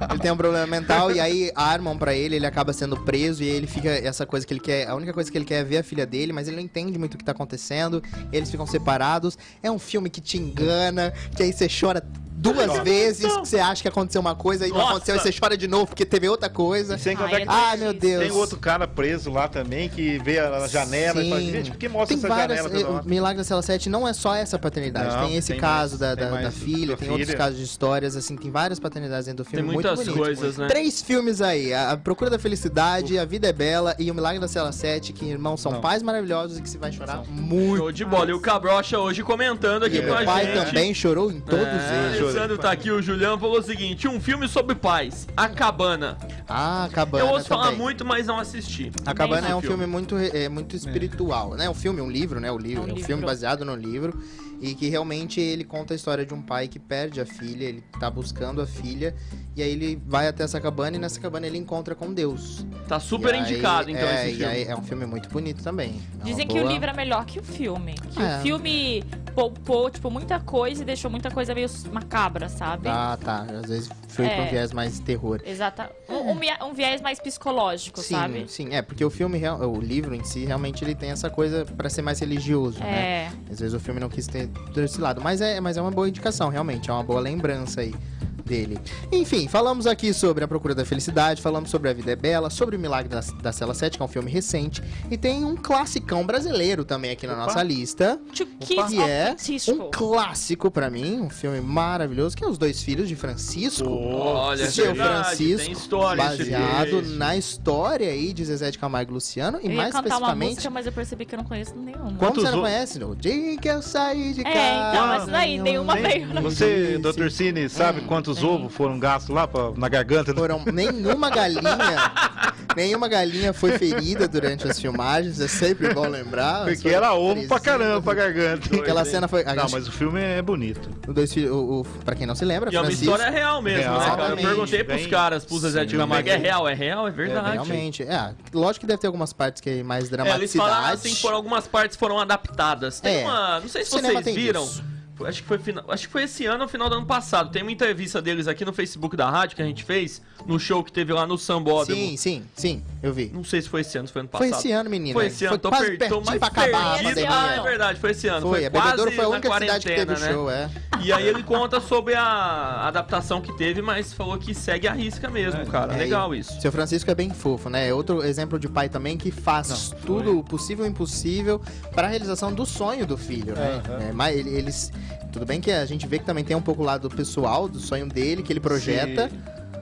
S1: ele tem um problema mental e aí armam pra ele, ele acaba sendo preso e aí ele fica essa coisa que ele quer, a única coisa que ele quer é ver a filha dele, mas ele não entende muito o que tá acontecendo. Eles ficam separados. É um filme que te engana, que aí você chora duas vezes, que você acha que aconteceu uma coisa e não
S4: Nossa!
S1: aconteceu, e você chora de novo porque teve outra coisa.
S6: Sem
S7: Ai,
S6: contar que
S7: é
S1: Ai, meu Deus.
S6: tem outro cara preso lá também que vê a janela e fala,
S1: Sim.
S6: gente, por que mostra
S1: Tem
S6: essa
S1: várias.
S6: janela toda
S1: eh,
S6: hora?
S1: Milagre da Cela 7 não é só essa paternidade.
S6: Não,
S1: tem esse
S6: tem
S1: caso
S6: mais,
S1: da,
S6: tem
S1: da,
S6: mais
S1: da filha,
S6: da
S1: tem outros
S6: filha.
S1: casos de histórias, assim, tem várias paternidades dentro do filme.
S4: Tem muitas
S1: muito bonito.
S4: coisas, né?
S1: Três filmes aí: A a Procura da Felicidade, A Vida é Bela e O Milagre da Cela 7, que, irmão, são
S6: Não.
S1: pais maravilhosos e que você vai chorar
S4: Show
S1: muito.
S4: de bola. E o Cabrocha hoje comentando aqui
S1: E
S4: com a
S1: meu pai
S4: gente.
S1: também chorou em todos
S4: é,
S1: eles.
S4: Alessandro tá aqui, o Julião falou o seguinte: um filme sobre pais, A Cabana.
S1: Ah, a Cabana.
S4: Eu ouço falar
S1: também.
S4: muito, mas não assisti.
S1: A Cabana
S4: Esse
S1: é um filme, muito, é, muito espiritual, né? Um filme, um livro, né? O livro, é um,
S5: livro.
S1: filme baseado no livro e que realmente ele conta a história de um pai que perde a filha, ele tá buscando a filha e aí ele vai até essa cabana e nessa cabana ele encontra com Deus.
S4: Tá super
S1: E aí-
S4: indicado, então,
S1: é,
S4: esse
S1: e
S4: filme.
S1: aí é um filme muito bonito também.
S6: um-
S1: É uma
S5: Dizem que o
S1: boa-
S5: livro é melhor que o filme. Que
S1: É.
S5: o filme poupou, tipo, muita coisa e deixou muita coisa meio macabra, sabe?
S1: Ah, tá. Às vezes foi pra um
S5: É.
S1: viés mais terror.
S5: Exata. Um, um via- um viés mais psicológico,
S1: É. Sim,
S5: sabe?
S1: sim, é, porque o filme, real- o livro em si, realmente ele tem essa coisa pra ser mais religioso, né?
S5: É.
S1: Às vezes o filme não quis ter por esse lado. Mas é, mas é uma boa indicação, realmente. É uma boa lembrança aí dele. Enfim, falamos aqui sobre A Procura da Felicidade, falamos sobre A Vida é Bela, sobre O Milagre da, da Cela 7, que é um filme recente. E tem um classicão brasileiro também aqui na
S6: Opa.
S1: nossa lista.
S5: To Kiss
S1: Que é
S5: of
S1: um clássico pra mim, um filme maravilhoso, que é Os Dois Filhos de Francisco.
S4: Olha,
S1: Seu
S4: é verdade,
S1: Francisco,
S4: tem história esse
S1: Baseado
S4: filme.
S1: na história aí de Zezé de Camargo e Luciano, e
S5: Eu ia
S1: mais
S5: cantar uma
S1: especificamente
S5: música, mas eu percebi que eu não conheço nenhuma.
S1: como
S6: Quantos
S1: você não
S6: o-
S1: conhece, no dia em que eu saí de
S5: É,
S1: casa.
S5: então, essa daí, nenhuma
S1: nem-
S5: veio.
S1: Sim.
S6: Você,
S1: É,
S6: Dr. Cine, sabe quantos ovos foram gastos lá pra- na garganta? do-
S1: Foram nenhuma galinha. nenhuma galinha foi ferida durante as filmagens, é sempre bom lembrar.
S6: Porque
S1: Foram
S6: era ovo
S1: 300.
S6: pra caramba pra garganta.
S1: Aquela cena foi. A
S6: Não,
S1: gente,
S6: mas o filme é bonito.
S1: o dois filhos, o, o- pra quem não se lembra,
S4: E é uma
S1: Francisco.
S4: história real mesmo, né,
S6: Real.
S4: cara? Eu
S1: Exatamente.
S4: perguntei pros
S6: Bem-
S4: caras, pros Zezé de
S6: Sim.
S4: Camargo, é real, é real, é
S1: É,
S4: verdade.
S1: realmente. É, lógico que deve ter algumas partes que é mais
S4: É, eles falaram assim,
S1: dramaticidade.
S4: foram algumas partes foram adaptadas. Tem
S1: É.
S4: uma, não sei se
S1: O cinema
S4: vocês
S1: tem
S4: viram.
S1: disso.
S4: Foi- Acho que, foi final, acho que foi esse ano ou final do ano passado. Tem uma entrevista deles aqui no Facebook da rádio que a gente fez, no show que teve lá no Sambódromo.
S1: sim, sim, sim, eu vi.
S4: Não sei se foi esse ano, se foi ano
S1: Foi
S4: passado.
S1: esse ano, menina.
S4: Foi esse ano, tô,
S1: né? quase
S4: per... tô
S1: pertinho
S4: mais
S1: pra acabar a
S4: perdido.
S1: pandemia.
S4: Ah, é verdade, foi esse ano.
S1: Foi, a Bebedouro
S4: quase
S1: foi a
S4: na
S1: única cidade que teve o
S4: quarentena, né?
S1: show, é.
S4: E aí ele conta sobre a adaptação que teve, mas falou que segue a risca mesmo, cara.
S1: É,
S4: Legal
S1: e
S4: isso.
S1: Seu Francisco é bem fofo, né? É Outro exemplo de pai também que faz tudo o possível e o impossível para a realização do sonho do filho, né? É, mas ele- eles. Tudo bem que a gente vê que também tem um pouco o lado pessoal do sonho dele, que ele projeta,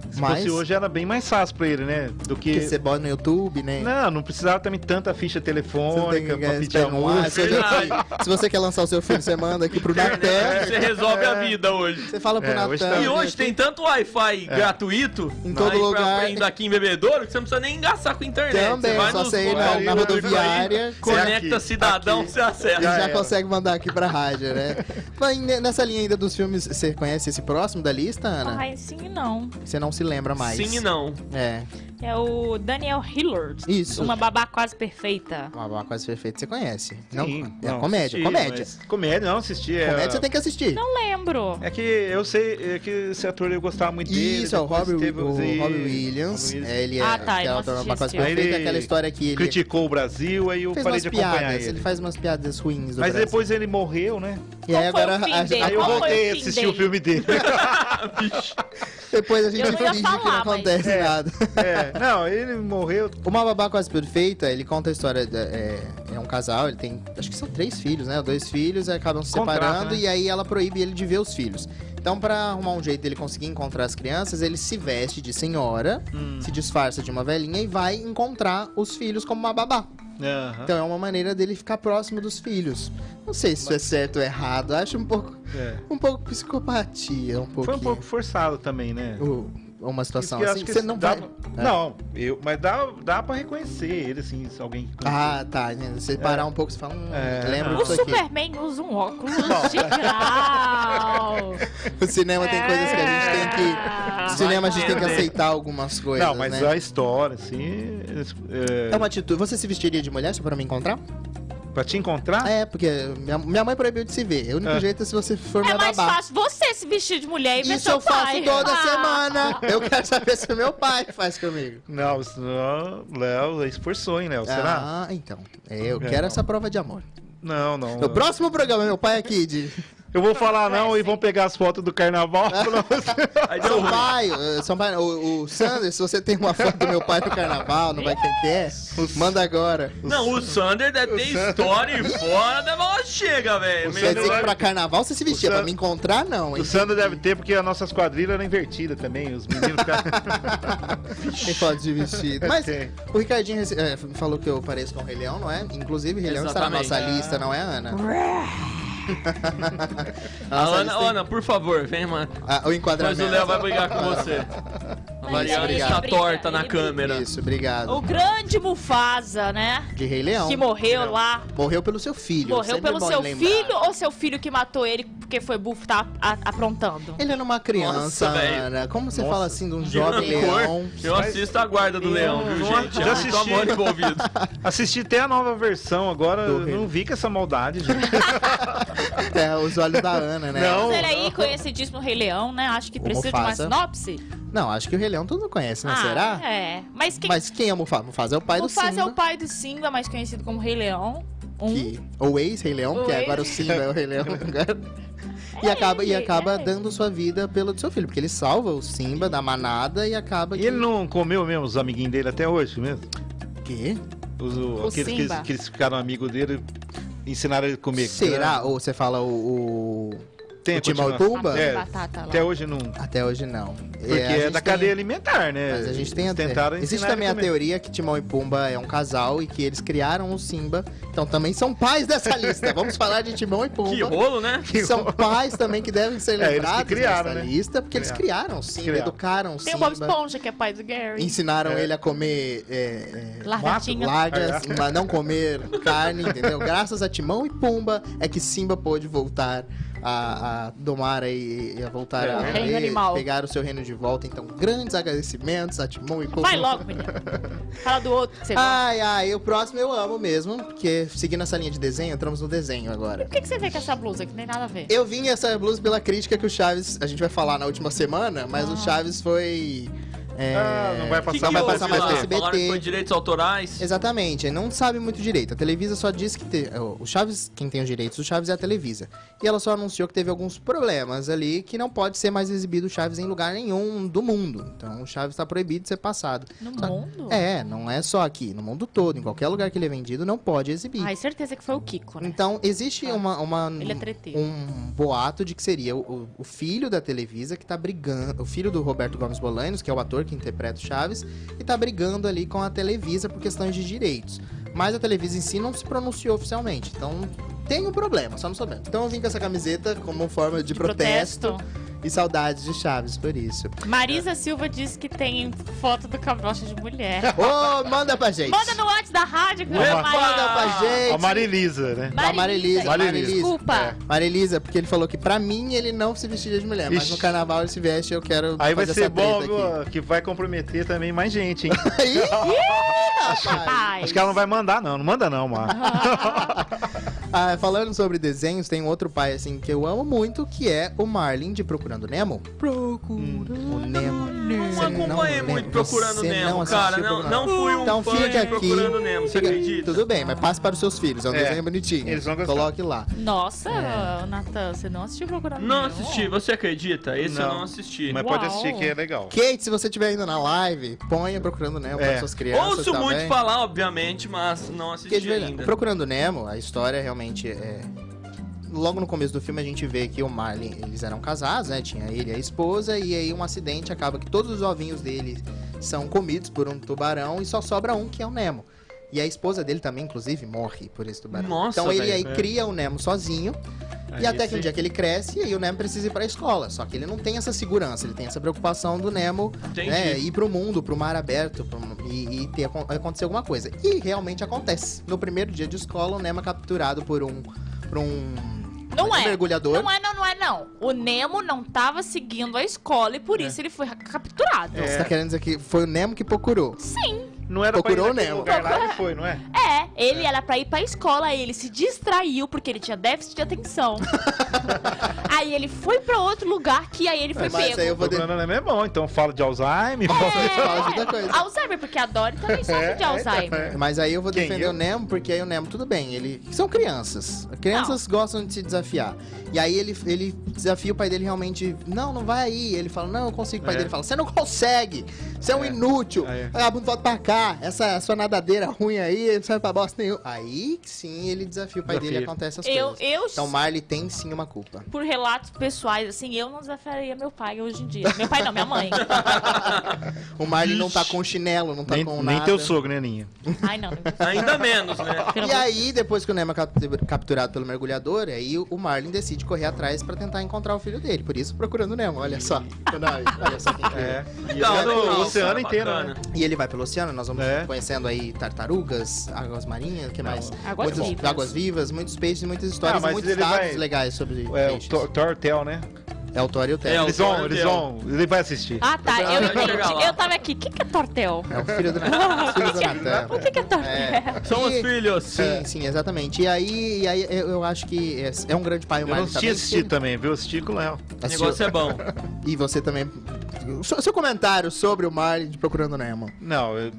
S6: Se
S1: mas
S6: fosse hoje era bem mais fácil pra ele, né? Do
S1: que
S6: que.
S1: você bota no YouTube, né?
S6: Não, não precisava também tanta ficha
S1: Você não tem
S6: telefônica
S1: que
S6: pra pedir
S1: esperar um
S6: almoço.
S1: ar, você-
S4: Verdade.
S1: Se você quer lançar o seu filho, você manda aqui
S4: É,
S1: pro
S4: Internet,
S1: Natan.
S4: Você resolve a vida hoje.
S1: Você fala pro
S6: É,
S1: Natan.
S6: hoje tá-
S4: né? E
S1: né,
S4: hoje tem tanto Wi-Fi gratuito
S1: É. Em todo
S4: aí pra-
S1: lugar.
S4: pra- indo aqui em Bebedouro que você não precisa nem engaçar com internet.
S1: Também,
S4: você vai
S1: só
S4: nos
S1: você ir na-
S4: bairros,
S1: na
S4: aí,
S1: rodoviária.
S4: Conecta
S6: Aqui,
S4: cidadão,
S6: aqui.
S4: você
S1: E
S4: acerta.
S6: Já é.
S1: já
S6: era.
S1: consegue mandar aqui pra rádio, né? Mas ne- nessa linha ainda dos filmes, você conhece esse próximo da lista, Ana?
S5: Ai, sim e não.
S1: Você não se lembra mais.
S4: Sim e não.
S1: É,
S5: É o Daniel Hillard.
S1: Isso.
S5: Uma babá quase perfeita.
S1: uma Babá Quase Perfeita você conhece.
S6: Sim,
S1: não, é
S6: não,
S1: comédia,
S4: assisti,
S1: comédia.
S4: mas-
S6: Comédia, não, assistir. é-
S1: Comédia você tem que assistir.
S5: Não lembro.
S6: É que eu sei é que esse ator eu gostava muito dele.
S1: Isso, é o
S6: depois
S1: Robbie,
S6: teve
S1: o
S6: uns aí-
S1: Robbie Williams. É, ele é
S5: Ah, tá, eu não
S1: aquela, turma
S5: assisti
S1: Babá Quase
S5: esse
S1: Perfeita,
S6: filme.
S1: aquela história que ele
S6: Criticou o Brasil, aí eu
S1: fez
S6: parei
S1: umas
S6: de acompanhar
S1: piadas, ele.
S6: ele.
S1: faz umas piadas ruins do
S6: Mas
S1: Brasil.
S6: depois ele morreu, né?
S1: E aí
S5: Qual foi o
S1: agora
S5: fim
S1: a,
S5: dele?
S1: a-
S6: Aí eu
S5: Qual foi
S6: voltei
S5: o
S6: a
S5: fim
S6: assistir o
S5: dele?
S6: filme dele.
S1: depois a gente
S5: Eu não ia
S1: finge que não
S5: falar, mas-
S1: acontece nada.
S6: É, não, ele morreu.
S1: Uma babá quase perfeita, ele conta a história. da- é, é um casal, ele tem. Acho que são três filhos, né? Dois filhos, aí acabam se
S6: Contrata,
S1: separando
S6: né?
S1: e aí ela proíbe ele de ver os filhos. Então, pra arrumar um jeito dele conseguir encontrar as crianças, ele se veste de senhora,
S6: Hum.
S1: se disfarça de uma velhinha e vai encontrar os filhos como uma babá.
S6: Aham.
S1: Então é uma maneira dele ficar próximo dos filhos. Não sei se isso é certo ou errado, acho um pouco.
S6: É.
S1: Um pouco psicopatia, um pouquinho.
S6: Foi um pouco forçado também, né?
S1: o- uma situação
S6: Porque eu
S1: assim.
S6: acho que
S1: Você não
S6: dá
S1: vai. É.
S6: pra- Não, eu, mas dá, dá pra reconhecer ele, assim, se alguém.
S1: Ah, tá. né? Você parar um pouco e fala, hum,
S6: É.
S1: lembro
S5: O
S1: disso aqui.
S5: Superman usa um óculos de grau.
S1: O cinema tem coisas que a gente tem
S5: É.
S7: É.
S1: que. O cinema a gente tem que
S4: entender.
S1: aceitar algumas coisas.
S6: não, mas
S1: né?
S6: a história, assim. é,
S1: É uma atitude. Você se vestiria de mulher só pra me encontrar? Então
S6: Pra te
S7: Ah.
S6: encontrar?
S1: É, porque minha, minha mãe proibiu de se ver. O único
S6: É.
S1: jeito é se você for
S7: É
S1: minha
S7: mais
S1: babá.
S7: fácil você se vestir de mulher e ver
S1: Isso
S7: seu
S1: eu faço
S7: pai.
S1: toda
S7: Ah,
S1: semana. Eu quero saber se meu pai faz comigo.
S6: Não, isso não, Léo, isso foi sonho, Léo. Será?
S1: Ah, então. Eu
S6: É,
S1: quero
S6: não.
S1: essa prova de amor.
S6: Não, não.
S1: No próximo programa, meu pai aqui de
S6: Eu vou falar não e vão pegar as fotos do carnaval. É
S4: Aí deu
S1: São
S4: ruim.
S1: Paulo, São Paulo, o, o Sanders, se você tem uma foto do meu pai no carnaval, não vai quem que é, manda agora.
S4: Não, o Sander deve ter história e fora da bola chega, velho.
S6: O
S1: Você vai
S4: Melhor-
S1: dizer que pra carnaval você se vestia,
S6: O
S1: pra
S6: Sandro-
S1: me encontrar não, hein?
S6: o Sandro deve ter, porque as nossas quadrilhas eram invertidas também. Os meninos ficaram.
S1: Tem foto de vestido. Mas
S6: Tem.
S1: o Ricardinho rece- é, falou que eu pareço com o Rei Leão, não é? Inclusive, o Rei Leão está na nossa
S4: Exatamente.
S1: lista, não é, Ana?
S4: A
S1: Nossa
S4: Ana,
S1: lista tem-
S4: Ana, por favor, vem, mano.
S1: Ah, o
S4: Mas
S1: enquadramento.
S4: o Léo vai brigar com você. A
S7: Mas
S4: Mariana
S1: ele
S4: está
S5: é
S7: briga,
S4: torta na
S7: ele briga.
S4: câmera.
S1: Isso, obrigado.
S7: né? O grande Mufasa, né?
S1: De Rei Leão.
S7: Que morreu lá.
S1: Morreu pelo seu filho.
S7: Morreu
S1: sempre é
S7: pelo
S1: bom
S7: seu
S1: lembrar.
S7: filho ou seu filho que matou ele porque foi bufo, tá a- aprontando?
S1: Ele era uma criança,
S4: Nossa, velho.
S1: Ana. Como você
S6: Nossa.
S1: fala assim de um
S4: De
S1: jovem
S4: rancor,
S1: leão?
S4: Eu assisto a guarda do
S6: Eu
S4: leão, viu,
S6: não-
S4: gente?
S6: já
S4: Já muito
S6: assisti.
S4: amor envolvido.
S6: Assisti até a nova versão agora.
S1: Do Rei.
S6: Não vi com essa maldade, gente.
S1: É, os olhos da Ana, né?
S6: Não.
S7: Ele aí conhecidíssimo Rei Leão, né? Acho que
S1: O
S7: precisa de uma
S1: Mufasa.
S7: sinopse.
S1: Não, acho que o Rei Leão todo mundo conhece, não
S7: ah,
S1: será?
S7: É. Mas quem
S1: Mas quem é o Mufasa? Mufasa é o pai
S7: Mufasa
S1: do Simba.
S7: é o pai do Simba, mais conhecido como Rei Leão. Um.
S1: que- ou ex-Rei Leão,
S7: O
S1: porque
S7: ex-
S1: agora o Simba é o Rei Leão. agora. E acaba, e
S7: ele,
S1: acaba
S7: é.
S1: dando sua vida pelo do seu filho, porque ele salva o Simba da manada e acaba
S6: E
S1: que-
S6: ele não comeu mesmo os amiguinhos dele até hoje mesmo?
S1: Quê?
S6: Os, o-
S7: O
S6: aqueles que, eles-
S7: Simba.
S6: que eles ficaram amigos dele ensinaram ele a comer.
S1: Será? Ou você fala o... o-
S6: Tem
S1: o Timão e
S6: continuação.
S1: Pumba?
S6: É,
S7: batata lá.
S6: até hoje não.
S1: Até hoje não.
S6: Porque
S1: a
S6: é,
S1: gente
S6: da
S1: tem-
S6: cadeia alimentar, né?
S1: Mas a gente tem a é,
S6: Eles tentaram
S1: Existe
S6: ensinar ele
S1: também a
S6: comer.
S1: teoria que Timão e Pumba é um casal e que eles criaram o Simba. Então também são pais dessa lista. Vamos falar de Timão e Pumba.
S4: Que rolo, né?
S1: Que são pais também que devem ser
S6: É, eles que
S1: lembrados
S6: criaram,
S1: nessa
S6: né?
S1: lista, porque eles criaram o Simba,
S6: Criaram.
S1: educaram o
S5: Tem
S7: um
S5: o Bob
S1: Simba,
S5: Esponja, que é pai do Gary.
S1: ensinaram
S6: É.
S1: ele a comer é, é,
S7: Largatinha.
S1: largas, mas não comer carne, entendeu? Graças a Timão e Pumba é que Simba pôde voltar a, a domar aí, e a voltar
S6: É,
S1: a
S6: o
S7: reino
S1: e
S7: animal.
S1: pegar o seu reino de volta. Então, grandes agradecimentos a Timão e Pumba.
S7: Vai logo, menino. Fala do outro que você gosta.
S1: Ai, ai, o próximo eu amo mesmo, porque seguindo essa linha de desenho, entramos no desenho agora.
S7: Por que, que você vem com essa blusa que nem nada a ver?
S1: Eu vim essa blusa pela crítica que o Chaves, a gente vai falar na última semana, mas
S7: Ah.
S1: o Chaves foi. é,
S6: Ah, não vai
S4: Que
S6: passar
S4: que
S1: vai
S6: mais
S1: passar
S4: houve
S1: mais
S4: lá?
S1: no SBT.
S4: Falaram que foi direitos autorais.
S1: Exatamente, ele não sabe muito direito. A Televisa só diz que. te- é, O Chaves, quem tem os direitos do Chaves é a Televisa. E ela só anunciou que teve alguns problemas ali, que não pode ser mais exibido o Chaves em lugar nenhum do mundo. Então o Chaves tá proibido de ser passado.
S7: No mundo?
S1: É, não é só aqui, no mundo todo, em qualquer lugar que ele é vendido, não pode exibir.
S7: Ai, certeza que foi o Kiko, né?
S1: Então, existe uma, uma-
S7: Ele é treteiro.
S1: um boato de que seria o- o, o filho da Televisa que tá brigando, o filho do Roberto Gomes Bolanos, que é o ator que interpreta o Chaves, e tá brigando ali com a Televisa por questões de direitos. Mas a Televisa em si não se pronunciou oficialmente, então tem um problema, só não sabemos. Então eu vim com essa camiseta como forma de, protesto, e saudades de Chaves por isso.
S5: Marisa Silva diz que tem foto do Cabrocha de mulher.
S1: Ô, manda pra gente!
S7: Manda no antes da rádio, que
S6: Ué,
S7: eu
S1: Manda pra gente!
S6: A Marilisa, né?
S1: Da Marilisa,
S6: Marilisa.
S7: Desculpa.
S1: É. Marilisa, porque ele falou que pra mim ele não se vestiria de mulher, mas
S6: Ixi.
S1: no carnaval ele se veste, eu quero
S6: Aí vai
S1: fazer
S6: ser
S1: essa treta
S6: bom,
S1: aqui.
S6: viu, que vai comprometer também mais gente, hein?
S1: Ih, rapaz.
S7: Rapaz.
S6: Acho que ela não vai mandar, não. Não manda, não, Mar.
S1: Ah, falando sobre desenhos, tem um outro pai assim que eu amo muito, que é o Marlin de Procurando Nemo. Procurando o Nemo.
S4: Não acompanhei muito Procurando Nemo,
S1: assistiu
S4: cara. Não,
S1: Procurando
S4: não
S1: Nemo.
S4: fui um
S1: Então
S4: fã
S1: fica
S4: de
S1: aqui.
S4: Procurando Nemo, você
S1: Fica-
S4: acredita?
S1: Tudo bem, mas passe para os seus filhos. É um
S6: É,
S1: desenho bonitinho.
S6: eles vão gostar.
S1: Coloque lá.
S5: Nossa,
S1: É.
S5: Natan, você não assistiu Procurando
S4: Não
S5: Nemo?
S4: assisti, você acredita? Esse eu
S6: Não.
S4: não assisti.
S6: Mas
S5: Uau.
S6: pode assistir que é legal.
S1: Kate, se você estiver ainda na live, ponha Procurando Nemo
S6: É.
S1: para suas crianças
S4: Ouço
S1: também.
S4: muito falar, obviamente, mas
S1: Porque,
S4: não assisti
S1: de verdade,
S4: ainda.
S1: Procurando Nemo, a história realmente é. Logo no começo do filme a gente vê que o Marlin, eles eram casados, né? Tinha ele e a esposa, e aí um acidente acaba que todos os ovinhos dele são comidos por um tubarão e só sobra um que é o Nemo. E a esposa dele também, inclusive, morre por esse tubarão.
S4: Nossa,
S1: então ele
S4: velho,
S1: aí
S4: é.
S1: cria o Nemo sozinho.
S4: Aí
S1: e até que um
S4: sim.
S1: dia que ele cresce, e aí o Nemo precisa ir pra escola. Só que ele não tem essa segurança, ele tem essa preocupação do Nemo
S4: Entendi.
S1: né, ir pro mundo, pro mar aberto pro- e, e ter, acon- acontecer alguma coisa. E realmente acontece. No primeiro dia de escola, o Nemo é capturado por um. Por um
S7: Não é.
S1: mergulhador.
S7: Não é, não, não é, não. O Nemo não tava seguindo a escola e
S1: É.
S7: por isso ele foi capturado.
S1: Você tá querendo dizer que foi o Nemo que procurou.
S7: Sim.
S6: Não era pra ir
S1: Procurou
S6: naquele
S1: Nemo.
S6: lugar lá e foi, não é?
S7: É, ele era pra ir pra escola, aí ele se distraiu porque ele tinha déficit de atenção. aí ele foi pra outro lugar que aí ele foi
S1: Mas
S7: pego.
S1: aí eu vou. De... É,
S6: Procurando Nemo é bom, então fala de Alzheimer.
S1: Você fala de outra coisa. É,
S7: É,
S1: então,
S7: Alzheimer, porque a Dory também sofre de Alzheimer.
S6: É.
S1: Mas aí eu vou
S6: Quem,
S1: defender
S6: eu?
S1: o Nemo, porque aí o Nemo, tudo bem, ele. São crianças. Crianças gostam de se desafiar. E aí ele, ele desafia o pai dele realmente. Não, não vai aí. Ele fala, não, eu consigo. O pai
S6: É.
S1: dele fala, você não consegue! Você é um
S6: É.
S1: inútil!
S6: É.
S1: Vagabundo, volta pra cá! Essa sua nadadeira ruim aí, não serve pra bosta nenhuma. Aí sim ele desafia o pai dele e
S6: Desafia.
S1: acontece as
S5: Eu,
S1: coisas.
S5: eu,
S1: Então Marley tem sim uma culpa.
S5: por relatos pessoais, assim, eu não desafiaria meu pai hoje em dia. Meu pai não, minha mãe.
S1: O Marley não tá com chinelo, não tá
S6: Nem,
S1: com
S6: nem
S1: nada.
S6: teu sogro, né, Ninha?
S5: Ai, não.
S4: Ainda menos, né?
S1: E aí, depois que o Nemo é captu- capturado pelo mergulhador, aí o Marlin decide correr atrás pra tentar encontrar o filho dele. Por isso, procurando o Nemo, olha só. Não, olha só que incrível.
S6: É. E
S4: Não,
S6: é
S4: não,
S6: o
S4: não,
S6: oceano
S4: cara,
S6: inteiro,
S4: bacana.
S6: né?
S1: E ele vai pelo oceano, nós vamos
S6: É.
S1: conhecendo aí tartarugas, águas marinhas, que mais?
S5: Águas
S1: Muitas-
S5: vivas.
S1: águas vivas, muitos peixes, muitas histórias,
S6: Ah, mas
S1: muitos
S6: ele
S1: dados
S6: vai-
S1: legais sobre
S6: É o
S1: peixes.
S6: Tor- Tortel, né?
S1: É o Thor e o
S4: É,
S1: Theo.
S4: o
S6: Eles vão,
S4: Tortel.
S6: eles vão. Ele vai assistir.
S7: Ah, tá. Eu
S4: Vai chegar lá.
S7: entendi. Eu tava aqui. O que, que é tortel?
S1: É o filho do Natan. filho do Natan.
S7: O que, que é tortel?
S1: É.
S4: São os
S1: E-
S4: filhos.
S1: Sim, sim, exatamente. E aí, e aí eu, eu acho que é, é um grande pai o
S6: Eu não
S1: Marlin
S6: tinha
S1: também. Tá
S6: assistido também, viu? Eu assisti com o Léo.
S4: O
S1: Assistiu-
S4: negócio é bom.
S1: E você também. Seu seu comentário sobre o Marlin de Procurando Nemo.
S6: Não, eu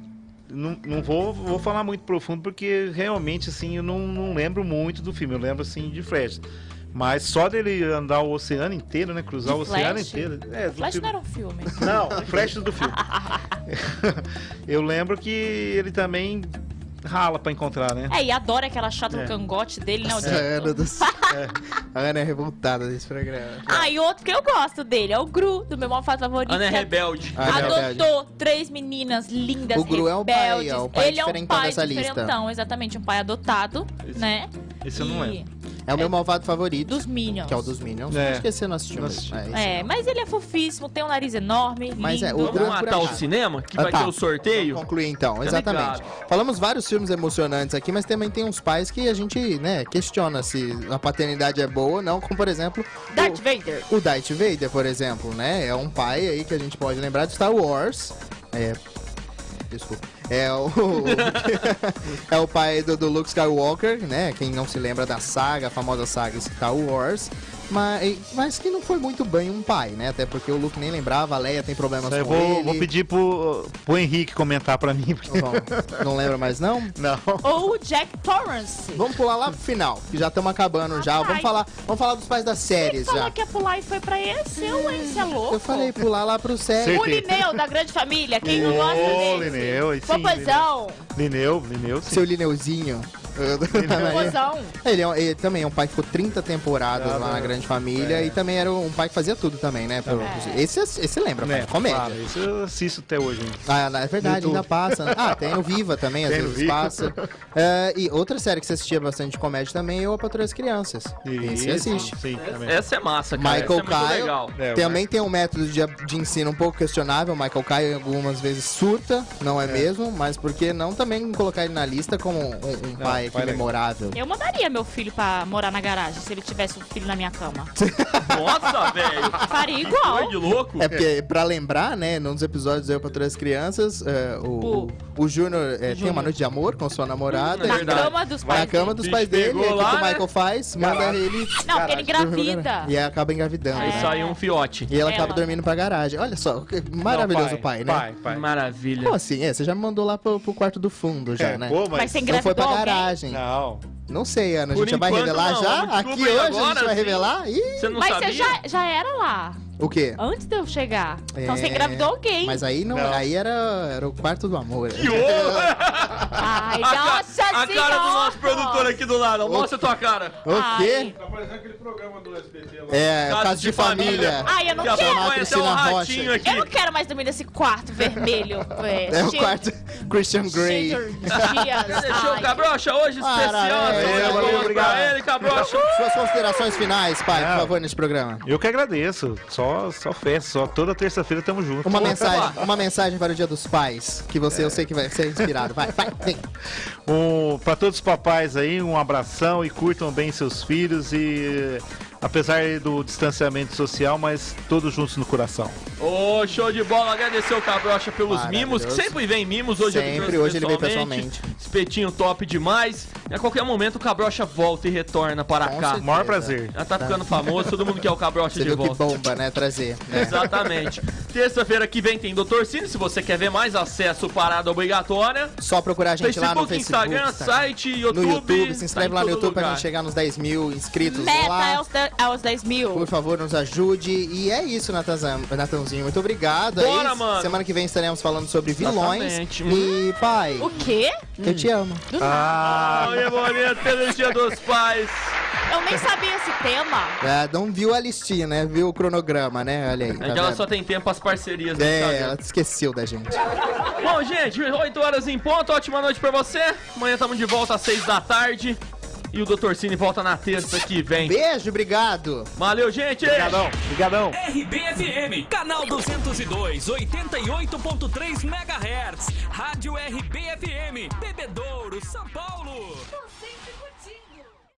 S6: não, não vou, vou falar muito profundo porque realmente assim eu não, não lembro muito do filme, eu lembro assim de Flash. Mas só dele andar o oceano inteiro, né? Cruzar
S7: De
S6: o oceano
S7: Flash?
S6: inteiro. É,
S7: Flash
S6: do
S1: tipo
S6: filme-
S7: não era um filme.
S6: não, Flash do filme. eu lembro que ele também rala pra encontrar, né?
S7: É, e adora aquela chata do
S6: É.
S7: cangote dele, né? o
S1: Nossa,
S7: de-
S1: a
S5: É.
S1: Ana é do céu. A Ana é revoltada desse programa.
S7: Ah, e outro que eu gosto dele é o Gru, do meu malfado favorito.
S4: Ana é
S7: que
S4: rebelde.
S1: Ah, é verdade.
S7: Adotou três meninas lindas,
S1: O Gru é o pai,
S7: rebeldes.
S1: é o pai
S7: Ele é um
S1: diferentão
S7: pai
S1: dessa lista.
S7: diferentão, exatamente. Um pai adotado, né?
S6: Esse eu não
S7: E
S6: lembro.
S1: É o meu malvado favorito.
S7: Dos Minions.
S1: Que é o dos Minions.
S6: É.
S1: Não esqueci, não assistiu.
S6: Não
S1: mesmo.
S6: assisti.
S1: É,
S7: É, mas ele é fofíssimo, tem um nariz enorme,
S1: Mas é,
S7: lindo.
S1: o Gru-
S4: Vamos
S1: Grande
S4: matar o
S1: Curatiba.
S4: cinema? Que
S1: Ah,
S4: vai
S1: tá.
S4: ter o sorteio?
S1: Concluir então, exatamente. Falamos vários filmes emocionantes aqui, mas também tem uns pais que a gente, né, questiona se a paternidade é boa ou não, como por exemplo. o-
S7: Darth Vader.
S1: O Darth Vader, por exemplo, né? É um pai aí que a gente pode lembrar de Star Wars. É. Desculpa. É o. é o pai do, do Luke Skywalker, né? Quem não se lembra da saga, a famosa saga Star Wars. Mas, mas que não foi muito bem um pai, né? Até porque o Luke nem lembrava, a Leia tem problemas
S6: Eu
S1: com
S6: vou,
S1: ele.
S6: vou pedir pro, pro Henrique comentar pra mim. porque-
S1: Bom, não lembra mais, não?
S6: Não.
S7: Ou o Jack Torrance.
S1: Vamos pular lá pro final, que já estamos acabando já. Vamos
S7: Rapaz.
S1: falar, vamos falar dos pais das séries
S7: Falou
S1: já.
S7: que ia pular e foi pra esse, eu, hein? Você é louco?
S1: Eu falei pular lá pro série.
S7: O Lineu, da grande família, quem não gosta
S6: Ô,
S7: dele?
S6: Lineu, aí sim.
S7: Popozão,
S6: Lineu, Lineu, sim.
S1: Seu Lineuzinho.
S7: popozão.
S1: Ele, é um- ele também é um pai que ficou 30 temporadas
S6: Ah,
S1: lá
S6: não.
S1: na Grande Família
S6: É.
S1: e também era um pai que fazia tudo também, né? Pro- Esse, esse é lembra,
S6: Né,
S1: pai, comédia.
S6: claro, isso eu assisto até hoje. ainda.
S1: Ah, na- é verdade,
S6: YouTube.
S1: ainda passa. né? Ah, tem o Viva também, às
S6: Tem no
S1: vezes
S6: Viva.
S1: passa. É, e outra série que você assistia bastante de comédia também é o A Patrulha das Crianças. Esse você assiste.
S6: Sim, também.
S4: Essa é massa, cara.
S1: Michael
S4: Essa é muito
S1: Kyle.
S4: legal.
S6: É,
S1: Também tem um método de, de ensino um pouco questionável. Michael Caio algumas vezes surta, não é, mesmo? Mas por que não também colocar ele na lista como um, um pai Pai, foi
S6: Pai legal.
S1: memorável.
S5: Eu mandaria meu filho pra morar na garagem se ele tivesse um filho na minha cama.
S4: Nossa, velho.
S5: Faria
S4: Foi
S5: igual.
S4: de louco.
S1: É porque, pra lembrar, né, num dos episódios do Eu para Três Crianças, é, o, o Júnior é, tem uma noite de amor com sua namorada.
S4: Na
S1: ele
S5: Tipo, Na
S4: verdade.
S5: cama dos
S1: É vai na
S5: pais.
S1: cama
S5: dele.
S1: dos
S4: Bicho
S1: pais dele,
S4: pegou
S1: é o que
S4: lá,
S1: o
S4: né?
S1: Michael faz, manda ele.
S5: Não, porque ele engravida. É.
S1: E acaba engravidando.
S4: E
S1: né?
S4: saiu um fiote.
S1: E ela acaba
S5: Ela.
S1: dormindo pra garagem. Olha só, que maravilhoso
S6: Não,
S1: o pai, né?
S6: Pai, pai.
S4: Maravilha.
S1: Como assim? É, você já me mandou lá pro, pro quarto do fundo já,
S6: É,
S1: né?
S6: pô, mas...
S5: Mas você
S1: Não foi pra
S5: engravidou alguém?
S1: garagem. Não,
S6: Não.
S1: sei, Ana. A
S4: Por
S1: gente já vai
S4: enquanto,
S1: revelar
S4: não,
S1: já?
S4: vamos
S1: Aqui
S4: descobrir
S1: hoje a
S4: agora,
S1: gente vai
S4: sim.
S1: revelar? Ih,
S4: Você não
S5: Mas
S4: sabia?
S5: você já, já era lá,
S1: o quê?
S5: antes de eu chegar. Então você
S1: É.
S5: engravidou alguém.
S1: Mas aí não,
S6: Não.
S1: aí era, era o quarto do amor. né?
S4: Que horror!
S5: Ai,
S4: A, ca-
S5: nossa
S4: a cara do nosso
S5: senhora!
S4: produtor aqui do lado. ó. Mostra a tua cara.
S1: O quê?
S5: Ai.
S6: Tá parecendo aquele programa do SBT lá.
S1: É, caso, de, família.
S5: Ai, eu não
S4: Daqui a
S5: quero.
S4: pouco vai até um
S1: Cristina Rocha.
S4: ratinho aqui.
S5: Eu não quero mais dormir nesse quarto vermelho.
S1: É o quarto Christian Grey.
S4: Deixou o
S5: Dias.
S4: Cabrocha hoje especial.
S1: Parabéns,
S4: essa mulher. Palmas
S6: obrigado.
S4: pra ele, Cabrocha.
S1: Suas considerações finais, pai,
S6: Não.
S1: por favor, neste programa.
S6: Eu que agradeço. Só, só festa, só toda terça-feira tamo junto.
S1: Uma mensagem, uma mensagem para o Dia dos Pais, que você eu sei que vai ser inspirado. Vai, vai, vem.
S6: Um, para todos os papais aí, um abração e curtam bem seus filhos e apesar do distanciamento social, mas todos juntos no coração.
S4: Ô, show de bola. Agradecer o Cabrocha pelos
S1: Maravilhoso.
S4: mimos, que sempre vem mimos. Hoje ele
S1: Sempre,
S4: trouxe
S1: hoje ele veio
S4: Espetinho top demais. E a qualquer momento o Cabrocha volta e retorna para
S1: Com
S4: cá.
S1: certeza.
S6: Maior prazer.
S4: Já tá ficando famoso, todo mundo quer o Cabrocha
S1: Você
S4: de
S1: viu que
S4: volta.
S1: bomba, né? Trazer. né?
S4: Exatamente. Terça-feira que vem tem Doutor Cine. Se você quer ver mais, acesso parada obrigatória.
S1: Só procurar a gente lá no
S4: Facebook,
S1: Facebook.
S4: Instagram,
S1: Instagram.
S4: site,
S1: No
S4: YouTube.
S1: YouTube, se
S4: tá
S1: inscreve
S4: em
S1: lá no
S4: todo
S1: YouTube pra
S4: lugar.
S1: gente chegar nos 10 mil inscritos
S5: Meta é
S1: lá.
S5: aos, de- aos 10 mil.
S1: Por favor, nos ajude. E é isso, Natanzam- Natanzinho. Muito obrigado.
S4: Bora,
S1: aí,
S4: mano.
S1: Semana que vem estaremos falando sobre vilões.
S4: Exatamente.
S1: E, pai,
S5: O quê?
S1: eu te amo.
S6: Ah,
S4: Ah, minha bonita, feliz dia dos pais.
S1: Tá
S5: Eu nem sabia esse tema.
S1: É, não viu a listinha, né? Viu o cronograma, né? Olha aí.
S4: É
S1: Tá
S4: que ela
S1: vendo?
S4: só tem tempo as parcerias. do
S1: É,
S4: Instagram.
S1: ela esqueceu da gente.
S4: Bom, gente, 8 horas em ponto. Ótima noite pra você. Amanhã estamos de volta às 6 da tarde. E o Doutor Cine volta na terça que vem.
S1: Beijo, obrigado.
S4: Valeu, gente!
S6: brigadão, brigadão.
S2: RBFM, canal 202, 88.3 MHz. Rádio RBFM, Bebedouro, São Paulo.
S3: Tô sempre curtindo.